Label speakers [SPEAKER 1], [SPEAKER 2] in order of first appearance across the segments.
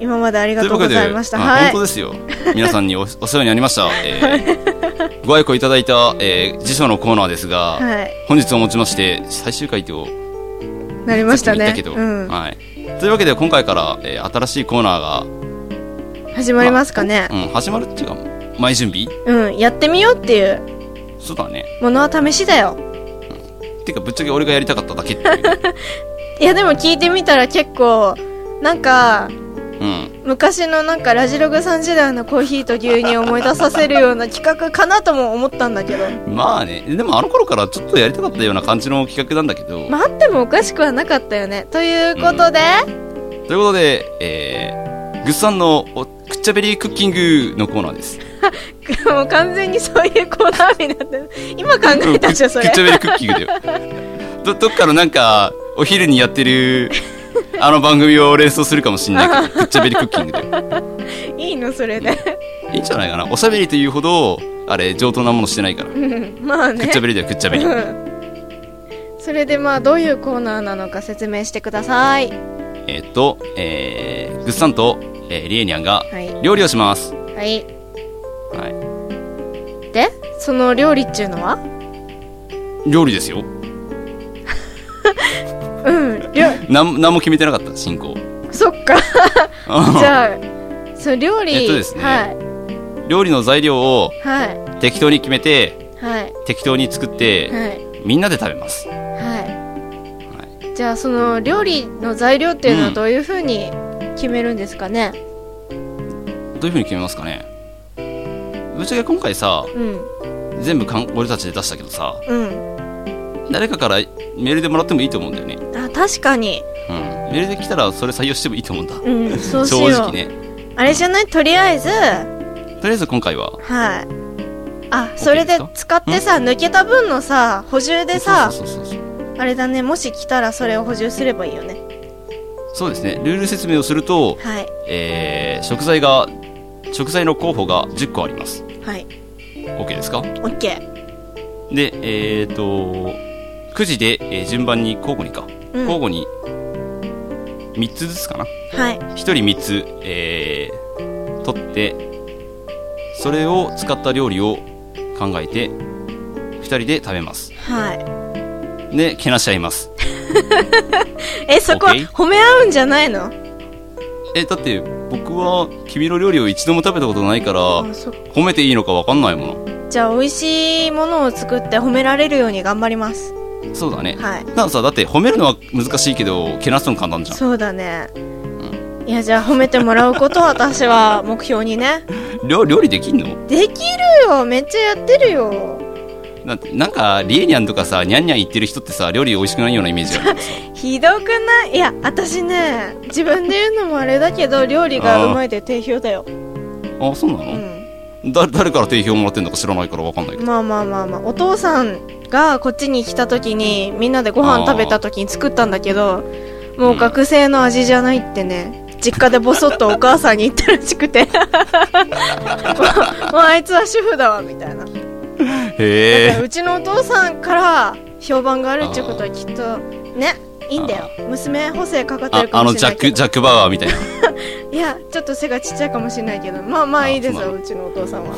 [SPEAKER 1] 今までありがとうございました。
[SPEAKER 2] というわけであ本当ですよ。皆さんにお お世話になりました。えーご愛顧いただいた、えー辞書のコーナーですが、
[SPEAKER 1] はい
[SPEAKER 2] 本日をもちまして最終回と
[SPEAKER 1] なりました
[SPEAKER 2] 言っ
[SPEAKER 1] ね
[SPEAKER 2] たけ。ど、
[SPEAKER 1] うん。
[SPEAKER 2] はい。というわけで今回から、えー新しいコーナーが、
[SPEAKER 1] 始まりますかね。
[SPEAKER 2] うん、始まるっていうか前準備
[SPEAKER 1] うん。やってみようっていう
[SPEAKER 2] そうだね。
[SPEAKER 1] ものは試しだよ。
[SPEAKER 2] てかぶっちゃけ俺がやりたかっただけっていう。
[SPEAKER 1] いや、でも聞いてみたら結構、なんか、
[SPEAKER 2] うん。
[SPEAKER 1] 昔のなんかラジログさん時代のコーヒーと牛乳を思い出させるような企画かなとも思ったんだけど。
[SPEAKER 2] まあね、でもあの頃からちょっとやりたかったような感じの企画なんだけど、
[SPEAKER 1] まああってもおかしくはなかったよね。ということで、
[SPEAKER 2] ということで、えー、グッさんのおくっちゃべりクッキングのコーナーです。
[SPEAKER 1] もう完全にそういうコーナーになってる今考
[SPEAKER 2] うん
[SPEAKER 1] えたじゃん、そ
[SPEAKER 2] く
[SPEAKER 1] れ
[SPEAKER 2] っ。ちゃべりクッキングだよ。ど、どっかのなんか、お昼にやってる、あの番組を連想するかもしんないけど、くっちゃべりクッキングだよ。
[SPEAKER 1] いいの、それで。
[SPEAKER 2] いいんじゃないかな。おしゃべりというほど、あれ、上等なものしてないから。く
[SPEAKER 1] うんまあね。
[SPEAKER 2] っちゃべりだよ、くっちゃべり。
[SPEAKER 1] うん それでまあどういうコーナーなのか説明してください
[SPEAKER 2] えーっと、えー、グッさんと、えー、リエニャンが、
[SPEAKER 1] はい
[SPEAKER 2] 料理をします。
[SPEAKER 1] はい
[SPEAKER 2] は。
[SPEAKER 1] でその料理っちゅうのはい
[SPEAKER 2] 料理ですよ。
[SPEAKER 1] うんりょ
[SPEAKER 2] なん、なんも決めてなかった、進行。
[SPEAKER 1] そっ かじゃあその料理、
[SPEAKER 2] えっとですね
[SPEAKER 1] は
[SPEAKER 2] 料理の材料を
[SPEAKER 1] いはい
[SPEAKER 2] 適当に決めて、
[SPEAKER 1] はい
[SPEAKER 2] 適当に作って、
[SPEAKER 1] はい
[SPEAKER 2] みんなで食べます。
[SPEAKER 1] はい、じゃあその料理の材料っていうのは
[SPEAKER 2] うん
[SPEAKER 1] どういうふうに決めるんですかね
[SPEAKER 2] どういうふうに決めますかねぶっちゃけ今回さ、
[SPEAKER 1] うん
[SPEAKER 2] 全部かん俺たちで出したけどさ、
[SPEAKER 1] うん
[SPEAKER 2] 誰かからメールでもらってもいいと思うんだよね。
[SPEAKER 1] あ確かに
[SPEAKER 2] うん。メールで来たらそれ採用してもいいと思うんだ。
[SPEAKER 1] うんそうしよ
[SPEAKER 2] 正
[SPEAKER 1] う
[SPEAKER 2] 直ね。
[SPEAKER 1] あれじゃないとりあえず
[SPEAKER 2] とりあえず今回は。
[SPEAKER 1] はい。あ、それで使ってさ、抜けた分のさ、補充でさ、
[SPEAKER 2] そうそうそうそう。
[SPEAKER 1] あれだね、もし来たらそれを補充すればいいよね。
[SPEAKER 2] そうですね。ルール説明をすると、
[SPEAKER 1] はい。
[SPEAKER 2] えー、食材が、食材の候補が10個あります。
[SPEAKER 1] はい。
[SPEAKER 2] OK ですか
[SPEAKER 1] オッケー。
[SPEAKER 2] で、えーと、くじで、えー順番に交互にか。
[SPEAKER 1] うん
[SPEAKER 2] 交互に3つずつかな。
[SPEAKER 1] はい。
[SPEAKER 2] 1人3つ、えー、取ってそれを使った料理を考えて2人で食べます
[SPEAKER 1] は
[SPEAKER 2] でけなし合います
[SPEAKER 1] い。え、そこは
[SPEAKER 2] OK
[SPEAKER 1] 褒め合うんじゃないの
[SPEAKER 2] えだって僕は君の料理を一度も食べたことないから
[SPEAKER 1] あそっ
[SPEAKER 2] 褒めていいのか分かんないも
[SPEAKER 1] じゃあ、美味しいものを作って褒められるように頑張ります。
[SPEAKER 2] のそうだね、
[SPEAKER 1] はい
[SPEAKER 2] なんかさだって褒めるのは難しいけどけなすの簡単じゃん
[SPEAKER 1] そうだね。いや、じゃあ褒めてもらうことを私は目標にね。
[SPEAKER 2] 料料理できんの
[SPEAKER 1] できるよめっちゃやってるよ
[SPEAKER 2] なんてなんかリエニャンとかさニャンニャン言ってる人ってさ料理美味しくないようなイメージあ る
[SPEAKER 1] ひどくないいや、私ね、自分で言うのもあれだけど、料理がうまいで定評だよ。
[SPEAKER 2] あそうな
[SPEAKER 1] う
[SPEAKER 2] の、
[SPEAKER 1] ん。
[SPEAKER 2] だ誰から定評もらってんのか知らないから分かんないけど
[SPEAKER 1] まあまあまあまあお父さんがこっちに来た時にみんなでご飯食べた時に作ったんだけどもう学生の味じゃないってね、実家でボソッとお母さんに言ったらしく てもうもうあいつは主婦だわみたいな、
[SPEAKER 2] へ
[SPEAKER 1] だからうちのお父さんから評判があるっていうことはきっとねいいんだよ娘補正かかって
[SPEAKER 2] あ
[SPEAKER 1] るか
[SPEAKER 2] あ
[SPEAKER 1] も
[SPEAKER 2] の
[SPEAKER 1] し
[SPEAKER 2] ジ
[SPEAKER 1] れな
[SPEAKER 2] ャ
[SPEAKER 1] い
[SPEAKER 2] ック、
[SPEAKER 1] けど
[SPEAKER 2] ジャックバウアーみたいな。
[SPEAKER 1] いやちょっと背がちっちゃいかもしれないけどまあまあいいです
[SPEAKER 2] あそう
[SPEAKER 1] よ
[SPEAKER 2] な
[SPEAKER 1] うちのお父さんは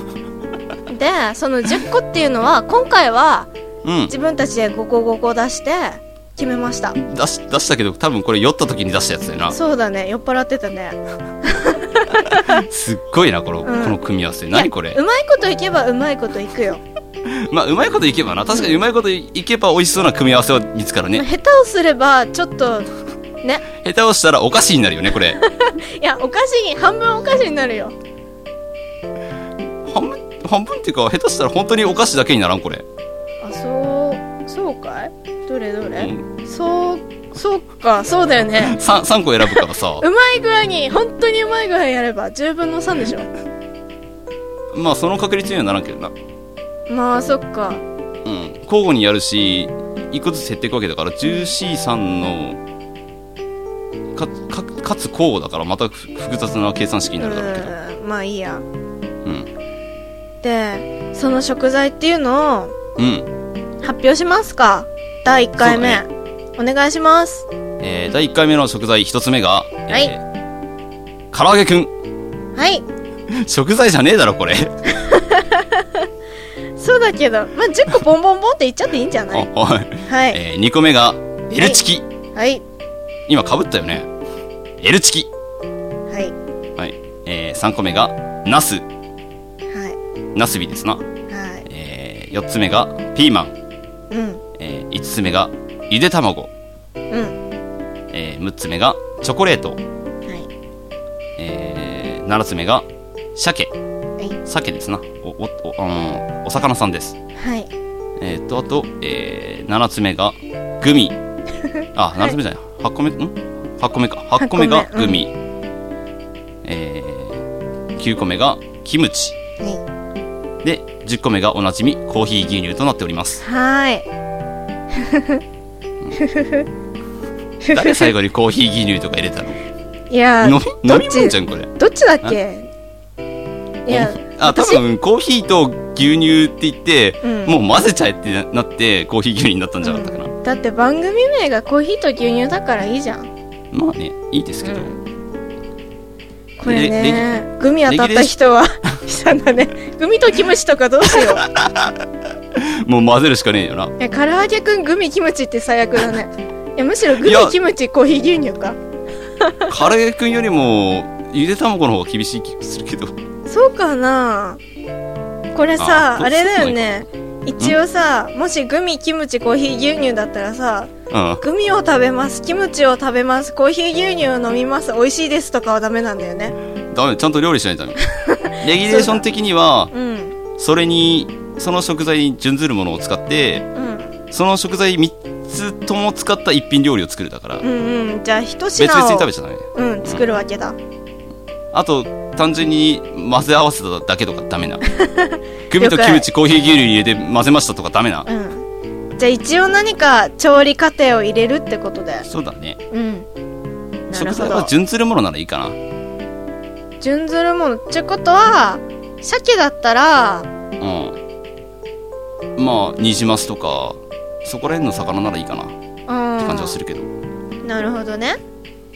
[SPEAKER 1] でその10個っていうのは今回は
[SPEAKER 2] うん。
[SPEAKER 1] 自分たちで5個5個出して決めました
[SPEAKER 2] 出し、出したけど、多分これ酔った時に出したやつだよな。
[SPEAKER 1] そうだね酔っ払ってたね
[SPEAKER 2] すっごいな、この、
[SPEAKER 1] うん
[SPEAKER 2] この組み合わせ。何こ
[SPEAKER 1] い
[SPEAKER 2] れ
[SPEAKER 1] や。うまいこといけばうまいこといくよ、
[SPEAKER 2] まあ、うまいこといけばな。確かにうまいこといけば美味しそうな組み合わせは見つかるね。
[SPEAKER 1] 下手をすればちょっとね
[SPEAKER 2] 下手をしたらお菓子になるよね、これ。
[SPEAKER 1] いやお菓子に半分お菓子になるよ
[SPEAKER 2] 半分、半分っていうか、下手したら本当にお菓子だけにならん、これ。
[SPEAKER 1] あそうそうかいどれどれ、
[SPEAKER 2] う
[SPEAKER 1] そうそうかそうだよね
[SPEAKER 2] 3、三個選ぶからさ。
[SPEAKER 1] うまい具合に本当にうまい具合やれば10分の3でしょ
[SPEAKER 2] まあ、その確率にはならんけどな。
[SPEAKER 1] まあそっか
[SPEAKER 2] うん。交互にやるし、一個ずつ減っていくわけだから、14、3の、か、か、かつ交互だから、またふ複雑な計算式
[SPEAKER 1] う
[SPEAKER 2] になるだろうけど。
[SPEAKER 1] ーんまあいいや
[SPEAKER 2] うん。
[SPEAKER 1] でその食材っていうのを
[SPEAKER 2] うん。
[SPEAKER 1] 発表しますか第1回目、
[SPEAKER 2] そ
[SPEAKER 1] お願いします
[SPEAKER 2] えー第1回目の食材1つ目が、
[SPEAKER 1] い
[SPEAKER 2] えー唐揚げくん
[SPEAKER 1] はい
[SPEAKER 2] 食材じゃねえだろこれ
[SPEAKER 1] そうだけどまあ10個ボンボンボンって言っちゃっていいんじゃ
[SPEAKER 2] お
[SPEAKER 1] ない
[SPEAKER 2] おい、
[SPEAKER 1] はい
[SPEAKER 2] えー、2個目が L チキ、
[SPEAKER 1] はい
[SPEAKER 2] 今かぶったよね L チキ、
[SPEAKER 1] はい
[SPEAKER 2] はいえー、3個目がナス
[SPEAKER 1] は
[SPEAKER 2] ナスビですな、
[SPEAKER 1] いはい
[SPEAKER 2] えー、4つ目がピーマン、
[SPEAKER 1] うん
[SPEAKER 2] えー、5つ目がゆで卵、
[SPEAKER 1] うん
[SPEAKER 2] えー、6つ目がチョコレート、
[SPEAKER 1] はい
[SPEAKER 2] えー、7つ目が鮭
[SPEAKER 1] い
[SPEAKER 2] 鮭ですなおおお,、うん、お魚さんです
[SPEAKER 1] はい
[SPEAKER 2] えー、とあと、えー、7つ目が グミあ
[SPEAKER 1] い
[SPEAKER 2] 7つ目じゃない、8個目ん8個目か8個目が
[SPEAKER 1] 八個目
[SPEAKER 2] グミ、えー、9個目がキムチ
[SPEAKER 1] は
[SPEAKER 2] で10個目がおなじみコーヒー牛乳となっておりま
[SPEAKER 1] い
[SPEAKER 2] す
[SPEAKER 1] はい
[SPEAKER 2] 誰最後にコーヒー牛乳とか入れたの
[SPEAKER 1] いや
[SPEAKER 2] 飲み
[SPEAKER 1] ど
[SPEAKER 2] 飲
[SPEAKER 1] っ
[SPEAKER 2] み
[SPEAKER 1] ち
[SPEAKER 2] 物じゃんこれ
[SPEAKER 1] どっちだっけいや
[SPEAKER 2] あ多
[SPEAKER 1] 私
[SPEAKER 2] 分コーヒーと牛乳って言って、
[SPEAKER 1] うん
[SPEAKER 2] もう混ぜちゃえってななってコーヒー牛乳になったんじゃなかったかな、
[SPEAKER 1] だって番組名がコーヒーと牛乳だからいいじゃん
[SPEAKER 2] まあねいいですけど、
[SPEAKER 1] これねグミ当たった人は 悲惨だねグミとキムチとかどうしよ う
[SPEAKER 2] もう混ぜるしかねえよない
[SPEAKER 1] や唐揚げくんグミキムチって最悪だねいやむしろグミ
[SPEAKER 2] いや
[SPEAKER 1] キムチコーヒー牛乳か
[SPEAKER 2] 唐揚げくんよりもゆで卵の方が厳しい気がするけど
[SPEAKER 1] そうかなこれ
[SPEAKER 2] あ
[SPEAKER 1] さあ
[SPEAKER 2] そう
[SPEAKER 1] れだよね一応さもしグミキムチコーヒー牛乳だったらさ
[SPEAKER 2] うん
[SPEAKER 1] グミを食べますキムチを食べますコーヒー牛乳を飲みます美味しいですとかはダメなんだよね
[SPEAKER 2] ダメちゃんと料理しないとダ メレギュレーション的には
[SPEAKER 1] うん
[SPEAKER 2] それにその食材に準ずるものを使って
[SPEAKER 1] うん
[SPEAKER 2] その食材3つとも使った一品料理を作るだから
[SPEAKER 1] うんうんじゃあ一
[SPEAKER 2] 別
[SPEAKER 1] 品を
[SPEAKER 2] 々に食べちゃダメ
[SPEAKER 1] うん作るわけだ
[SPEAKER 2] あと単純に混ぜ合わせただけとか ダメなグミとキムチコーヒー牛乳入れて混ぜましたとかダメな
[SPEAKER 1] うんじゃあ一応何か調理過程を入れるってことで
[SPEAKER 2] そうだね
[SPEAKER 1] うんな
[SPEAKER 2] 食
[SPEAKER 1] るほ
[SPEAKER 2] 材は
[SPEAKER 1] ど
[SPEAKER 2] 準ずるものならいいかな
[SPEAKER 1] 準ずるものってことは鮭だったら
[SPEAKER 2] うんまあニジマスとかそこら辺の魚ならいいかなって
[SPEAKER 1] うん
[SPEAKER 2] 感じはするけど
[SPEAKER 1] なるほどね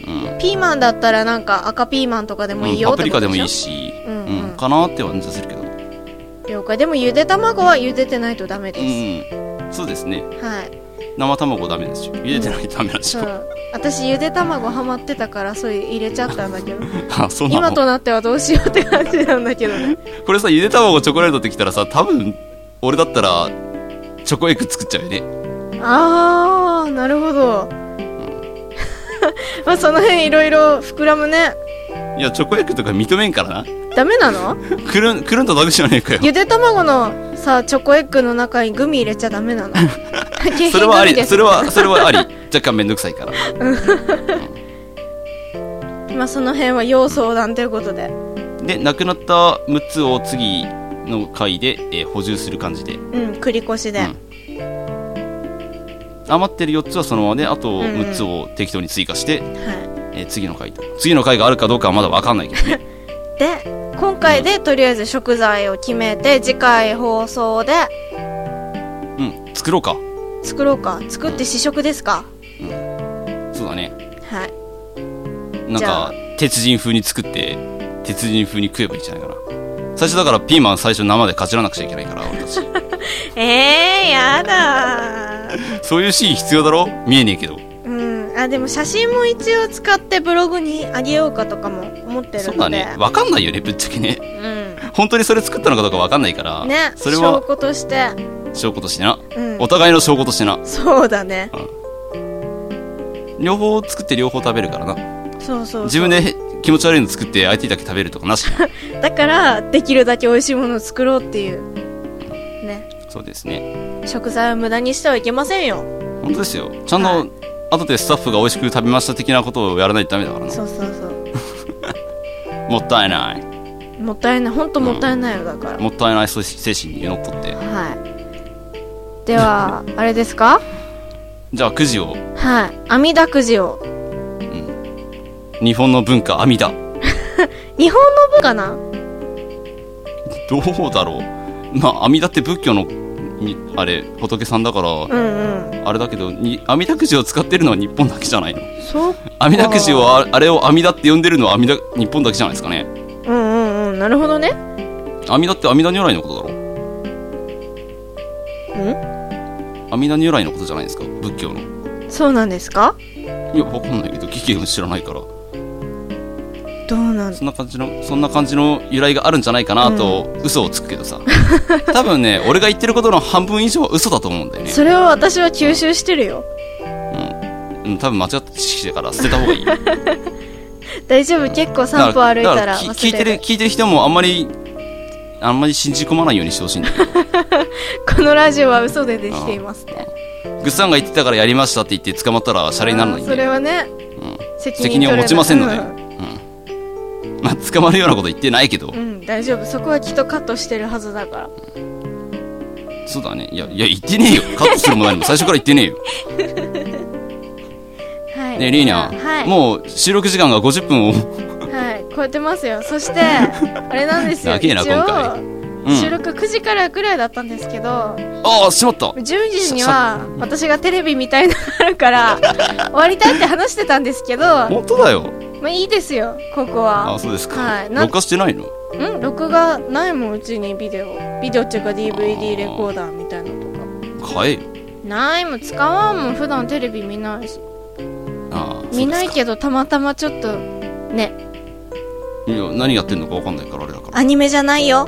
[SPEAKER 2] うん
[SPEAKER 1] ピーマンだったらなんか赤ピーマンとかでもいいよ
[SPEAKER 2] うん、
[SPEAKER 1] っ
[SPEAKER 2] パプ
[SPEAKER 1] て
[SPEAKER 2] リ
[SPEAKER 1] こ
[SPEAKER 2] カで
[SPEAKER 1] と
[SPEAKER 2] も
[SPEAKER 1] しょ
[SPEAKER 2] いいし、
[SPEAKER 1] う
[SPEAKER 2] うんん
[SPEAKER 1] うん
[SPEAKER 2] かなーって感じはするけど、う
[SPEAKER 1] 了解でもゆで卵はゆでてないとダメです、
[SPEAKER 2] ん、そうですね
[SPEAKER 1] はい
[SPEAKER 2] 生卵ダメですよ茹でてないとダメなんです
[SPEAKER 1] そ
[SPEAKER 2] よ、
[SPEAKER 1] う私ゆで卵ハマってたからそういう入れちゃったんだけ ど
[SPEAKER 2] あそうな
[SPEAKER 1] 今と
[SPEAKER 2] の
[SPEAKER 1] なってはどうしようって感じなんだけどね
[SPEAKER 2] これさゆで卵チョコレートってきたらさ多分俺だったらチョコエッグ作っちゃうよね
[SPEAKER 1] あーなるほど まあその辺いろいろ膨らむね
[SPEAKER 2] いやチョコエッグとか認めんからな
[SPEAKER 1] ダメな の
[SPEAKER 2] くるんくるんとだけじゃねえかよ
[SPEAKER 1] ゆで卵のさチョコエッグの中にグミ入れちゃダメ なの景
[SPEAKER 2] そ
[SPEAKER 1] 品
[SPEAKER 2] れはあ
[SPEAKER 1] グミ
[SPEAKER 2] り
[SPEAKER 1] です
[SPEAKER 2] それはそれはあり若干めんどくさいから
[SPEAKER 1] まあその辺は要相談ということで
[SPEAKER 2] でなくなった6つを次の回で、えー補充する感じで
[SPEAKER 1] うん繰り越しで、
[SPEAKER 2] うん余ってる4つはそのままであと
[SPEAKER 1] うんうん
[SPEAKER 2] 6つを適当に追加して、
[SPEAKER 1] は
[SPEAKER 2] えー次の回と次の回があるかどうかはまだ分かんないけどね
[SPEAKER 1] いで今回でとりあえず食材を決めて次回放送で
[SPEAKER 2] うん作ろうか
[SPEAKER 1] 作ろうか作って試食ですか
[SPEAKER 2] そうだね
[SPEAKER 1] はい
[SPEAKER 2] なん
[SPEAKER 1] じゃ
[SPEAKER 2] か
[SPEAKER 1] あ
[SPEAKER 2] 鉄人風に作って鉄人風に食えばいいんじゃないかな最初だからピーマン最初生でかじらなくちゃいけないから俺た ち
[SPEAKER 1] えー、やだー
[SPEAKER 2] そういうシーン必要だろ見えねえけど
[SPEAKER 1] うんあでも写真も一応使ってブログにあげようかとかも思ってるので
[SPEAKER 2] そうだね分かんないよねぶっちゃけね
[SPEAKER 1] う
[SPEAKER 2] 本当にそれ作ったのかどうか分かんないから、
[SPEAKER 1] んね
[SPEAKER 2] それ
[SPEAKER 1] 証
[SPEAKER 2] は
[SPEAKER 1] 拠として
[SPEAKER 2] 証拠としてな、
[SPEAKER 1] うん
[SPEAKER 2] お互いの証拠としてな
[SPEAKER 1] そうだね
[SPEAKER 2] 両方作って両方食べるからな
[SPEAKER 1] そうそう
[SPEAKER 2] 自
[SPEAKER 1] そう
[SPEAKER 2] 分で気持ち悪いの作って相手だけ食べるとかなしな
[SPEAKER 1] だからできるだけ美味しいものを作ろうっていうね
[SPEAKER 2] そうですね
[SPEAKER 1] 食材を無駄にしてはいけませんよ
[SPEAKER 2] 本当ですよちゃんと、
[SPEAKER 1] はい
[SPEAKER 2] 後でスタッフが美味しく食べました的なことをやらないとダメだから
[SPEAKER 1] そうそうそう
[SPEAKER 2] なもったいない
[SPEAKER 1] もったいないほんともったいないよだから、
[SPEAKER 2] もったいない精神にのっとって
[SPEAKER 1] はいではあれですか
[SPEAKER 2] じゃあくじを
[SPEAKER 1] はい阿弥陀くじを
[SPEAKER 2] 日本の文化阿弥陀
[SPEAKER 1] 日本の部かな
[SPEAKER 2] どうだろうまあ阿弥陀って仏教のにあれ仏さんだから、
[SPEAKER 1] うんうん
[SPEAKER 2] あれだけどに網だくじを使ってるのは日本だけじゃないの
[SPEAKER 1] そう
[SPEAKER 2] 網だくじをああれを網だって呼んでるのは網だ日本だけじゃないですかね
[SPEAKER 1] うんうんうんなるほどね
[SPEAKER 2] 網だって網田如来のことだろ
[SPEAKER 1] ん
[SPEAKER 2] 網田如来のことじゃないですか仏教の
[SPEAKER 1] そうなんですか
[SPEAKER 2] いやわかんないけど聞きも知らないから
[SPEAKER 1] どうなん
[SPEAKER 2] そんな感じのそんな感じの由来があるんじゃないかなと、嘘をつくけどさ 多分ね俺が言ってることの半分以上は嘘だと思うんだよね
[SPEAKER 1] それは私は吸収してるよ
[SPEAKER 2] うん多分間違った知識だから捨てた方がいいだ
[SPEAKER 1] 大丈夫結構 散歩歩いた
[SPEAKER 2] からき
[SPEAKER 1] 忘
[SPEAKER 2] 聞い
[SPEAKER 1] れ
[SPEAKER 2] て
[SPEAKER 1] る
[SPEAKER 2] る聞いてる人もあんまりあんまり信じ込まないようにしてほしいんだ けど
[SPEAKER 1] このラジオは嘘でできていますね
[SPEAKER 2] グッサンが言ってたからやりましたって言って捕まったらシャレにならないん
[SPEAKER 1] あーそれ
[SPEAKER 2] で、
[SPEAKER 1] はね
[SPEAKER 2] うん
[SPEAKER 1] 責
[SPEAKER 2] 責任
[SPEAKER 1] 取れな
[SPEAKER 2] を持
[SPEAKER 1] い
[SPEAKER 2] ちませんので、うんまあ、捕まるようなこと言ってないけど、
[SPEAKER 1] うん、うん大丈夫そこはきっとカットしてるはずだから
[SPEAKER 2] そうだねいやいや言ってねえよカットするも何も最初から言ってねえ よ
[SPEAKER 1] はい
[SPEAKER 2] ねえリーナ、
[SPEAKER 1] はい
[SPEAKER 2] もう収録時間が50分
[SPEAKER 1] は
[SPEAKER 2] を、
[SPEAKER 1] い、超えてますよ。そ して、あれなんですよ。
[SPEAKER 2] 長えな
[SPEAKER 1] 一応
[SPEAKER 2] 今回う
[SPEAKER 1] 収
[SPEAKER 2] ん、
[SPEAKER 1] 録9時からくらいだったんですけど、
[SPEAKER 2] ああしま った
[SPEAKER 1] 10時には私がテレビ見たいのがあるから、終わりたいって話してたんですけど、ま
[SPEAKER 2] 本当だよ
[SPEAKER 1] あいいですよ、ここ
[SPEAKER 2] ああ
[SPEAKER 1] は。
[SPEAKER 2] そうですか、
[SPEAKER 1] はいなん
[SPEAKER 2] 録画してないの
[SPEAKER 1] ん録画ないもん、うちにビデオ。ビデオっていうか DVD レコーダーみたいなのとか。
[SPEAKER 2] 買えよ
[SPEAKER 1] ないもん、使わんもん、普段テレビ見ないし。
[SPEAKER 2] ああ
[SPEAKER 1] 見ない
[SPEAKER 2] ど
[SPEAKER 1] けど、たまたまちょっと、ね、
[SPEAKER 2] いや何やってんのか分かんないからあれだから
[SPEAKER 1] アニメじゃないよ。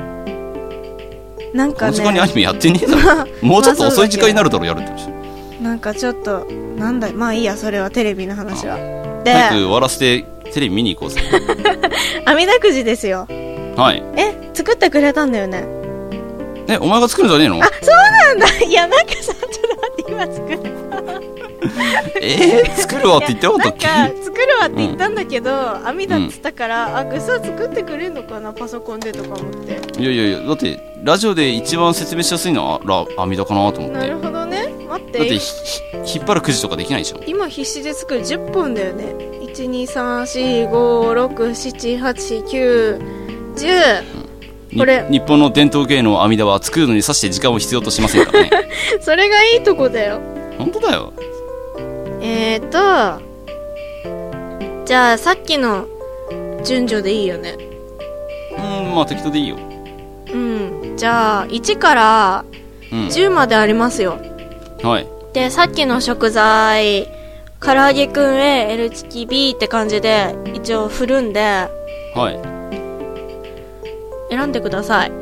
[SPEAKER 1] なん
[SPEAKER 2] こ
[SPEAKER 1] か
[SPEAKER 2] の
[SPEAKER 1] ね。
[SPEAKER 2] 時間にアニメやっ てねえだろもうちょっと遅い時間になるだろやるって話
[SPEAKER 1] なんかちょっとなんだまあいいやそれはテレビの話はで
[SPEAKER 2] 早く終わらせてテレビ見に行こうぜ
[SPEAKER 1] 網だくじですよ
[SPEAKER 2] はい
[SPEAKER 1] え作ってくれたんだよね
[SPEAKER 2] えお前が作るんじゃねえの
[SPEAKER 1] あそうなんだいやなんかさちょっと待って今作る
[SPEAKER 2] えー、作るわって言ってなかったっけ
[SPEAKER 1] なんか作るわって言ったんだけど、網だっつったから、あぐさ作ってくれるのかなパソコンでとか思って
[SPEAKER 2] いやいやいやだってラジオで一番説明しやすいのはラ網戸かなと思って
[SPEAKER 1] な
[SPEAKER 2] だ
[SPEAKER 1] るほどね待っ
[SPEAKER 2] って
[SPEAKER 1] て
[SPEAKER 2] ひひ引っ張るくじとかできないじゃん
[SPEAKER 1] 今必死で作る10本だよね12345678910
[SPEAKER 2] に
[SPEAKER 1] これ
[SPEAKER 2] 日本の伝統芸能網戸は作るのにさして時間を必要としませんか らね
[SPEAKER 1] それがいいとこだよ
[SPEAKER 2] 本当だよ
[SPEAKER 1] えーと、じゃあさっきの順序でいいよね。
[SPEAKER 2] うんまあ適当でいいよ
[SPEAKER 1] うん。じゃあ1から
[SPEAKER 2] うん
[SPEAKER 1] 10までありますよ。
[SPEAKER 2] はい
[SPEAKER 1] で、さっきの食材、唐揚げくん A、L チキ B って感じで一応振るんで
[SPEAKER 2] はい
[SPEAKER 1] 選んでください。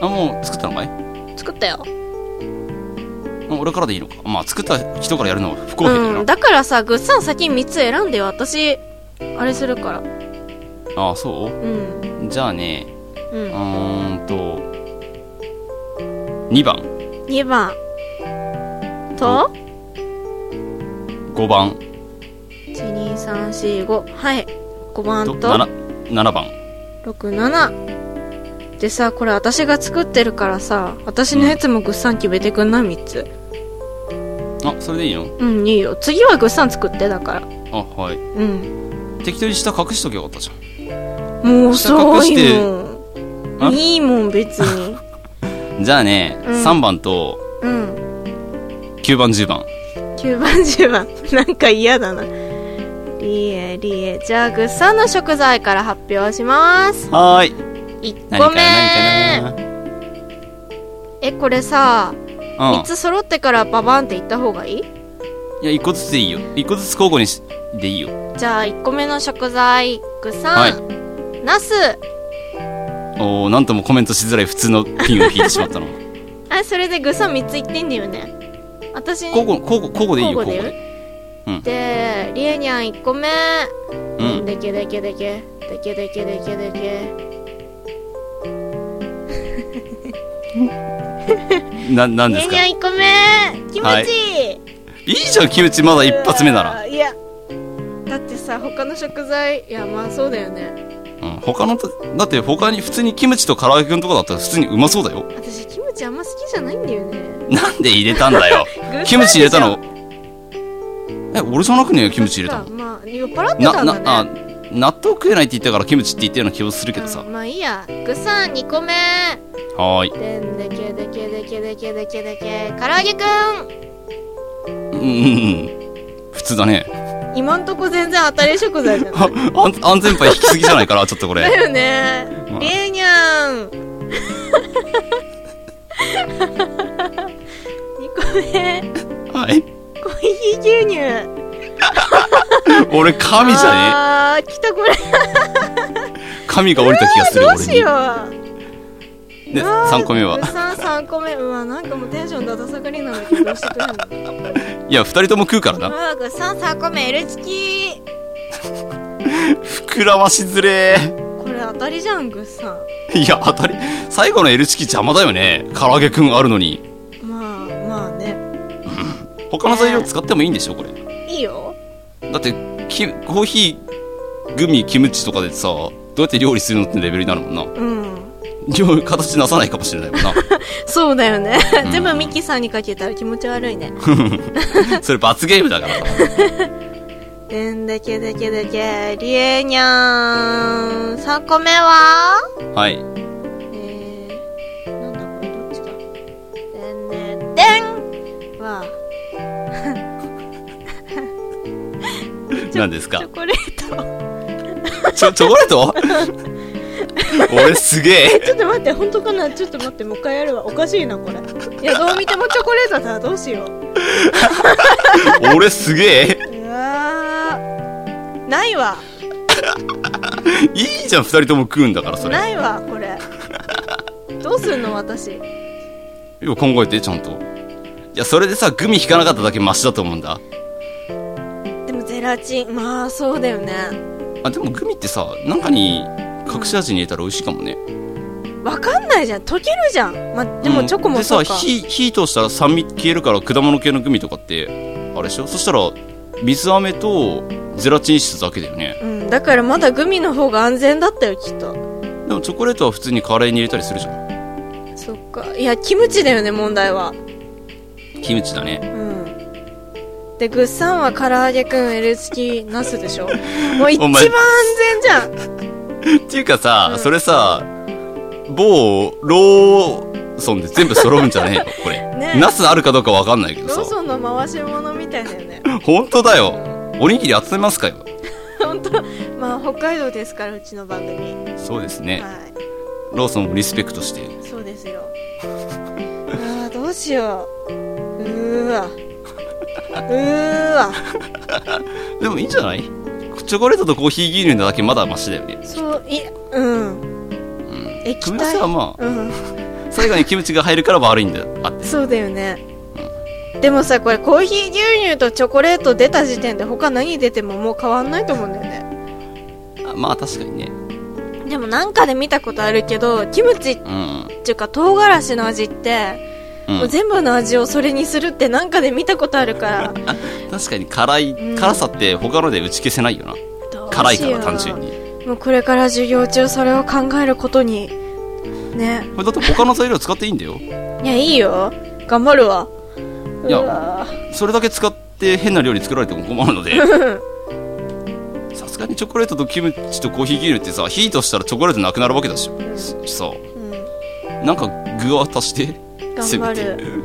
[SPEAKER 2] あもう作ったのかい
[SPEAKER 1] 作ったよ。
[SPEAKER 2] あ俺からでいいのかまあ作った人からやるのは不公平だよな、
[SPEAKER 1] うん。だからさ、ぐっさん先に3つ選んでよ。私、あれするから。
[SPEAKER 2] ああそう
[SPEAKER 1] うん。
[SPEAKER 2] じゃあね
[SPEAKER 1] う。
[SPEAKER 2] うんーんと2番
[SPEAKER 1] 2番。と、
[SPEAKER 2] 5番
[SPEAKER 1] 1、2、3、4、5。はい。5
[SPEAKER 2] と
[SPEAKER 1] 番と、
[SPEAKER 2] 7, 7番
[SPEAKER 1] 67でさこれ私が作ってるからさ私のやつもぐっさん決めてくんない3つ
[SPEAKER 2] あそれでいいの
[SPEAKER 1] うんいいよ次はぐっさん作ってだから
[SPEAKER 2] あはい
[SPEAKER 1] うん
[SPEAKER 2] 適当に下隠しときゃよかったじゃん
[SPEAKER 1] もう遅
[SPEAKER 2] 下隠
[SPEAKER 1] い
[SPEAKER 2] して
[SPEAKER 1] も
[SPEAKER 2] あ
[SPEAKER 1] んいいもん別 に
[SPEAKER 2] じゃあね、
[SPEAKER 1] うん
[SPEAKER 2] 3番と
[SPEAKER 1] うん
[SPEAKER 2] 9番10番
[SPEAKER 1] 9番10番なんか嫌だなリエリエじゃあぐっさんの食材から発表します
[SPEAKER 2] はーい
[SPEAKER 1] 1
[SPEAKER 2] 何
[SPEAKER 1] 個
[SPEAKER 2] かな何
[SPEAKER 1] 目
[SPEAKER 2] か
[SPEAKER 1] えこれさ
[SPEAKER 2] なうん
[SPEAKER 1] 3つ揃ってからババンっていった方がいい
[SPEAKER 2] いや1個ずつでいいよ1個ずつ交互にしでいいよ
[SPEAKER 1] じゃあ1個目の食材ぐっ
[SPEAKER 2] は
[SPEAKER 1] さ
[SPEAKER 2] い
[SPEAKER 1] んナス
[SPEAKER 2] おおなんともコメントしづらい普通のピンを引いてしまったの
[SPEAKER 1] あそれでグサ3ついってんだよね私
[SPEAKER 2] 交互交互交互でいいよ交
[SPEAKER 1] 交
[SPEAKER 2] 互
[SPEAKER 1] 互
[SPEAKER 2] で
[SPEAKER 1] でリエニャン1個目、
[SPEAKER 2] うん
[SPEAKER 1] でけでけでけでけでけでけでけ
[SPEAKER 2] ななん
[SPEAKER 1] リ
[SPEAKER 2] です
[SPEAKER 1] エ
[SPEAKER 2] か
[SPEAKER 1] ニ
[SPEAKER 2] い
[SPEAKER 1] ャン1個目気持ちいい、
[SPEAKER 2] いじゃんキムチまだ一発目な
[SPEAKER 1] うわ
[SPEAKER 2] ら、
[SPEAKER 1] ーいやだってさ他の食材いやまあそうだよね
[SPEAKER 2] うん、他のとだって他に普通にキムチと唐揚げくんとかだったら普通にうまそうだよ
[SPEAKER 1] 私キムチあんま好きじゃないんだよね
[SPEAKER 2] なんで入れたんだよ キムチ入れたのえ俺じゃなくねキムチ入れた
[SPEAKER 1] そ
[SPEAKER 2] の
[SPEAKER 1] っかまあ酔っ払ってたんだね
[SPEAKER 2] ななあ納豆食えないって言ったからキムチって言ったような気もするけどさ
[SPEAKER 1] うんまあいいや具さん2個目
[SPEAKER 2] はーい
[SPEAKER 1] でんでけでけでけでけでけでけ唐揚げくん
[SPEAKER 2] うんうん普通だね
[SPEAKER 1] 今んとこ全然当たり食材 じゃな
[SPEAKER 2] あ
[SPEAKER 1] い
[SPEAKER 2] 安安全牌引きすぎじゃないか なちょっとこ
[SPEAKER 1] だ
[SPEAKER 2] れ
[SPEAKER 1] よね
[SPEAKER 2] まあ
[SPEAKER 1] りえにゃ ん2個目
[SPEAKER 2] はい
[SPEAKER 1] コーヒー牛乳
[SPEAKER 2] 俺神じ
[SPEAKER 1] あ
[SPEAKER 2] ゃね
[SPEAKER 1] ー来たこれ
[SPEAKER 2] 神が降りた気がする
[SPEAKER 1] ど
[SPEAKER 2] 俺
[SPEAKER 1] うし
[SPEAKER 2] に
[SPEAKER 1] よう
[SPEAKER 2] で
[SPEAKER 1] うわー
[SPEAKER 2] 3個目は
[SPEAKER 1] うさん3個目うわなんかもうテンションだだ下がりなのにどうしてくれんの
[SPEAKER 2] いや2人とも食うからな
[SPEAKER 1] マークさん3個目 L チキ
[SPEAKER 2] 膨らましづれー
[SPEAKER 1] これ当たりじゃんグッさん
[SPEAKER 2] いや当たり最後の L チキ邪魔だよね唐揚げくんあるのに
[SPEAKER 1] まあまあね
[SPEAKER 2] 他の材料使ってもいいんでしょこれ
[SPEAKER 1] いいよ
[SPEAKER 2] だってきコーヒーグミキムチとかでさどうやって料理するのってレベルになるもんな
[SPEAKER 1] うん
[SPEAKER 2] 料形なさないかもしれないもん な
[SPEAKER 1] そうだよね、
[SPEAKER 2] うん
[SPEAKER 1] 全部ミキさんにかけたら気持ち悪いね
[SPEAKER 2] それ罰ゲームだからさ
[SPEAKER 1] でんでけでけでけりえにゃん3個目は
[SPEAKER 2] はい
[SPEAKER 1] えー、なんだこれどっちだでんねでんは
[SPEAKER 2] 何ですか
[SPEAKER 1] チョコレート
[SPEAKER 2] ちょチョコレート 俺すげえ
[SPEAKER 1] ちょっと待って、本当かなちょっと待って、もう一回やるわ。おかしいな、これ。いや、どう見てもチョコレートだ。どうしよう。
[SPEAKER 2] 俺すげえ
[SPEAKER 1] うわー。ないわ。
[SPEAKER 2] いいじゃん二人とも食うんだからそれ
[SPEAKER 1] ないわ、これ。どうすんの、私。
[SPEAKER 2] よ考えてちゃんといやそれでさグミ引かなかっただけマシだと思うんだ
[SPEAKER 1] でも、ゼラチン。まあ、そうだよね。
[SPEAKER 2] あでもグミってさなんかに隠し味に入れたら美味しいかもね
[SPEAKER 1] わかんないじゃん。溶けるじゃん。まあ、で
[SPEAKER 2] う
[SPEAKER 1] も、
[SPEAKER 2] ん
[SPEAKER 1] チョコも
[SPEAKER 2] で
[SPEAKER 1] そ
[SPEAKER 2] さ
[SPEAKER 1] うか。
[SPEAKER 2] 火火通したら酸味消えるから果物系のグミとかってあれでしょそしたら水飴とゼラチン質だけだよね
[SPEAKER 1] うん、だからまだグミの方が安全だったよ、きっと。
[SPEAKER 2] でもチョコレートは普通にカレーに入れたりするじゃん
[SPEAKER 1] そっか。いや、キムチだよね、問題は。
[SPEAKER 2] キムチだね
[SPEAKER 1] うん。で、グッサンは唐揚げくん、L 付き、ナスでしょ。もう一
[SPEAKER 2] お
[SPEAKER 1] 番安
[SPEAKER 2] 前
[SPEAKER 1] 全じゃん。
[SPEAKER 2] っていうかさ、
[SPEAKER 1] うん
[SPEAKER 2] それさ某ローソンで全部揃うんじゃねえの これ、
[SPEAKER 1] ねえ
[SPEAKER 2] ナスあるかどうかわかんないけど
[SPEAKER 1] ロー
[SPEAKER 2] さ
[SPEAKER 1] ソンの回し物みたいだよね
[SPEAKER 2] 本当だよおにぎり集めますかよ
[SPEAKER 1] 本当まあ北海道ですからうちの番組は
[SPEAKER 2] そうですね、
[SPEAKER 1] い
[SPEAKER 2] ローソンをリスペクトして
[SPEAKER 1] そうですよあーどうしよううーわうーわ
[SPEAKER 2] でもいいんじゃないチョコレートとコーヒー牛乳だけまだマシだよね
[SPEAKER 1] そういうん液
[SPEAKER 2] 組み合わせ
[SPEAKER 1] 体
[SPEAKER 2] はま
[SPEAKER 1] うん
[SPEAKER 2] あ最後にキムチが入るから悪いんだよあって
[SPEAKER 1] そうだよねでもさこれコーヒー牛乳とチョコレート出た時点で他何出てももう変わんないと思うんだよね
[SPEAKER 2] あまあ確かにね
[SPEAKER 1] でもなんかで見たことあるけどキムチっ
[SPEAKER 2] うん、
[SPEAKER 1] ていうか唐辛子の味って
[SPEAKER 2] うん
[SPEAKER 1] もう全部の味をそれにするってなんかで見たことあるから
[SPEAKER 2] 確かに辛い、
[SPEAKER 1] うん
[SPEAKER 2] 辛さって他ので打ち消せないよな
[SPEAKER 1] どうしよう
[SPEAKER 2] 辛いから単純に
[SPEAKER 1] もうこれから授業中それを考えることにね
[SPEAKER 2] これだって他の材料使っていい んだよ
[SPEAKER 1] いやいいよ頑張るわ
[SPEAKER 2] いや
[SPEAKER 1] うわ
[SPEAKER 2] それだけ使って変な料理作られても困るの で
[SPEAKER 1] ー
[SPEAKER 2] さすがにチョコレートとキムチとコーヒー牛乳ってさ火としたらチョコレートなくなるわけだし
[SPEAKER 1] ん
[SPEAKER 2] しさ
[SPEAKER 1] うん
[SPEAKER 2] なんか具を足して
[SPEAKER 1] 頑張
[SPEAKER 2] せめて
[SPEAKER 1] る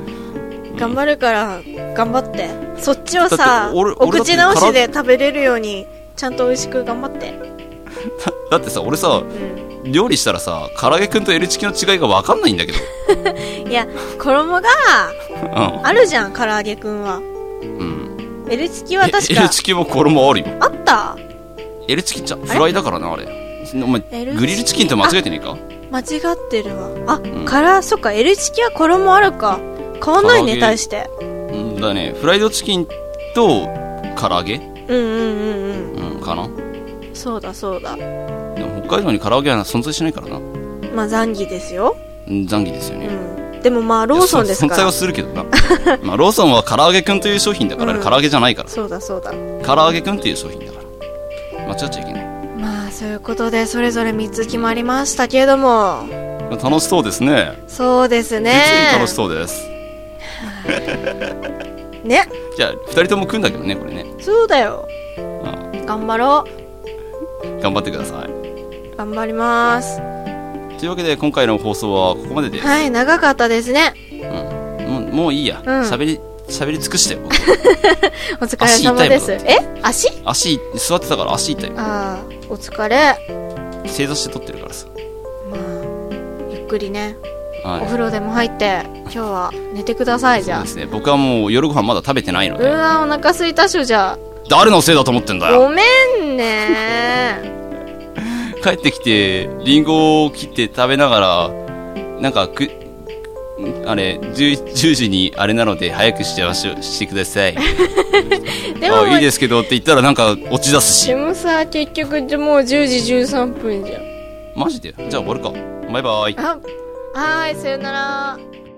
[SPEAKER 1] 頑張るから頑張ってそっちを
[SPEAKER 2] だっ
[SPEAKER 1] さ
[SPEAKER 2] て俺
[SPEAKER 1] お
[SPEAKER 2] 俺だって
[SPEAKER 1] 口直しで食べれるようにちゃんと美味しく頑張って
[SPEAKER 2] だってさ俺さ
[SPEAKER 1] う
[SPEAKER 2] 料理したらさ唐揚げくんと L チキの違いが分かんないん だけど
[SPEAKER 1] んいや衣があるじゃん唐揚げくんは
[SPEAKER 2] うんうん
[SPEAKER 1] L チキは確
[SPEAKER 2] え L
[SPEAKER 1] か
[SPEAKER 2] チキも衣あるよ
[SPEAKER 1] あった
[SPEAKER 2] L チキちゃんフライだからなあれお前
[SPEAKER 1] L
[SPEAKER 2] グリルチキンと間違えてねえか
[SPEAKER 1] 間違ってるわあ、
[SPEAKER 2] ん
[SPEAKER 1] からそっか L チキは衣あるか変わんない
[SPEAKER 2] 唐揚
[SPEAKER 1] ね
[SPEAKER 2] げ
[SPEAKER 1] 対して
[SPEAKER 2] うんだねフライドチキンと唐揚げ、
[SPEAKER 1] うんうんうんうん
[SPEAKER 2] うん、かな
[SPEAKER 1] そうだそうだ
[SPEAKER 2] でも北海道に唐揚げは存在しないからな
[SPEAKER 1] まあ残儀ですよ
[SPEAKER 2] うん残儀ですよ
[SPEAKER 1] う
[SPEAKER 2] ね、
[SPEAKER 1] んでもまあローソンですか
[SPEAKER 2] いや存在
[SPEAKER 1] ら
[SPEAKER 2] はするけどな まあローソンは唐揚げくんという商品だから、あれ
[SPEAKER 1] うん
[SPEAKER 2] 唐揚げじゃないから
[SPEAKER 1] そうだそうだ
[SPEAKER 2] 唐揚げくんという商品だから間違っちゃいけない
[SPEAKER 1] まあそういうことでそれぞれ3つ決まりましたけれども
[SPEAKER 2] 楽しそうですね
[SPEAKER 1] そうです
[SPEAKER 2] 実
[SPEAKER 1] ね
[SPEAKER 2] に楽しそうです
[SPEAKER 1] ね
[SPEAKER 2] じゃあ2人とも組んだけどねこれね
[SPEAKER 1] そうだよ
[SPEAKER 2] あ
[SPEAKER 1] 頑張ろう
[SPEAKER 2] 頑張ってください
[SPEAKER 1] 頑張ります。
[SPEAKER 2] というわけで今回の放送はここまでです、
[SPEAKER 1] はい、長かったですね。
[SPEAKER 2] もうもういいや
[SPEAKER 1] うん
[SPEAKER 2] 喋、り喋り尽くしてよ
[SPEAKER 1] お疲れ様です。
[SPEAKER 2] 足
[SPEAKER 1] え足
[SPEAKER 2] 足座ってたから足痛い
[SPEAKER 1] ああ、お疲れ。
[SPEAKER 2] 正座して撮ってるからさ
[SPEAKER 1] まあ、ゆっくりね、お
[SPEAKER 2] はい
[SPEAKER 1] 風呂でも入って、今日は寝てください、じ
[SPEAKER 2] そう
[SPEAKER 1] ゃ
[SPEAKER 2] で
[SPEAKER 1] あ。
[SPEAKER 2] すね僕はもう夜ご飯まだ食べてないの
[SPEAKER 1] う
[SPEAKER 2] で
[SPEAKER 1] わ、お腹すいたっしょ、じゃあ。
[SPEAKER 2] 誰のせいだと思ってんだよ
[SPEAKER 1] ごめん ね
[SPEAKER 2] 帰ってきてリンゴを切って食べながらなんかくあれ 10, 10時にあれなので早くしてましょうしてください
[SPEAKER 1] でも
[SPEAKER 2] あいいですけどって言ったらなんか落ち出す
[SPEAKER 1] で
[SPEAKER 2] し
[SPEAKER 1] もさ、結局もう10時13分じゃん。
[SPEAKER 2] マジでじゃあ終わるかバイバイ
[SPEAKER 1] あ、はーい、さよなら。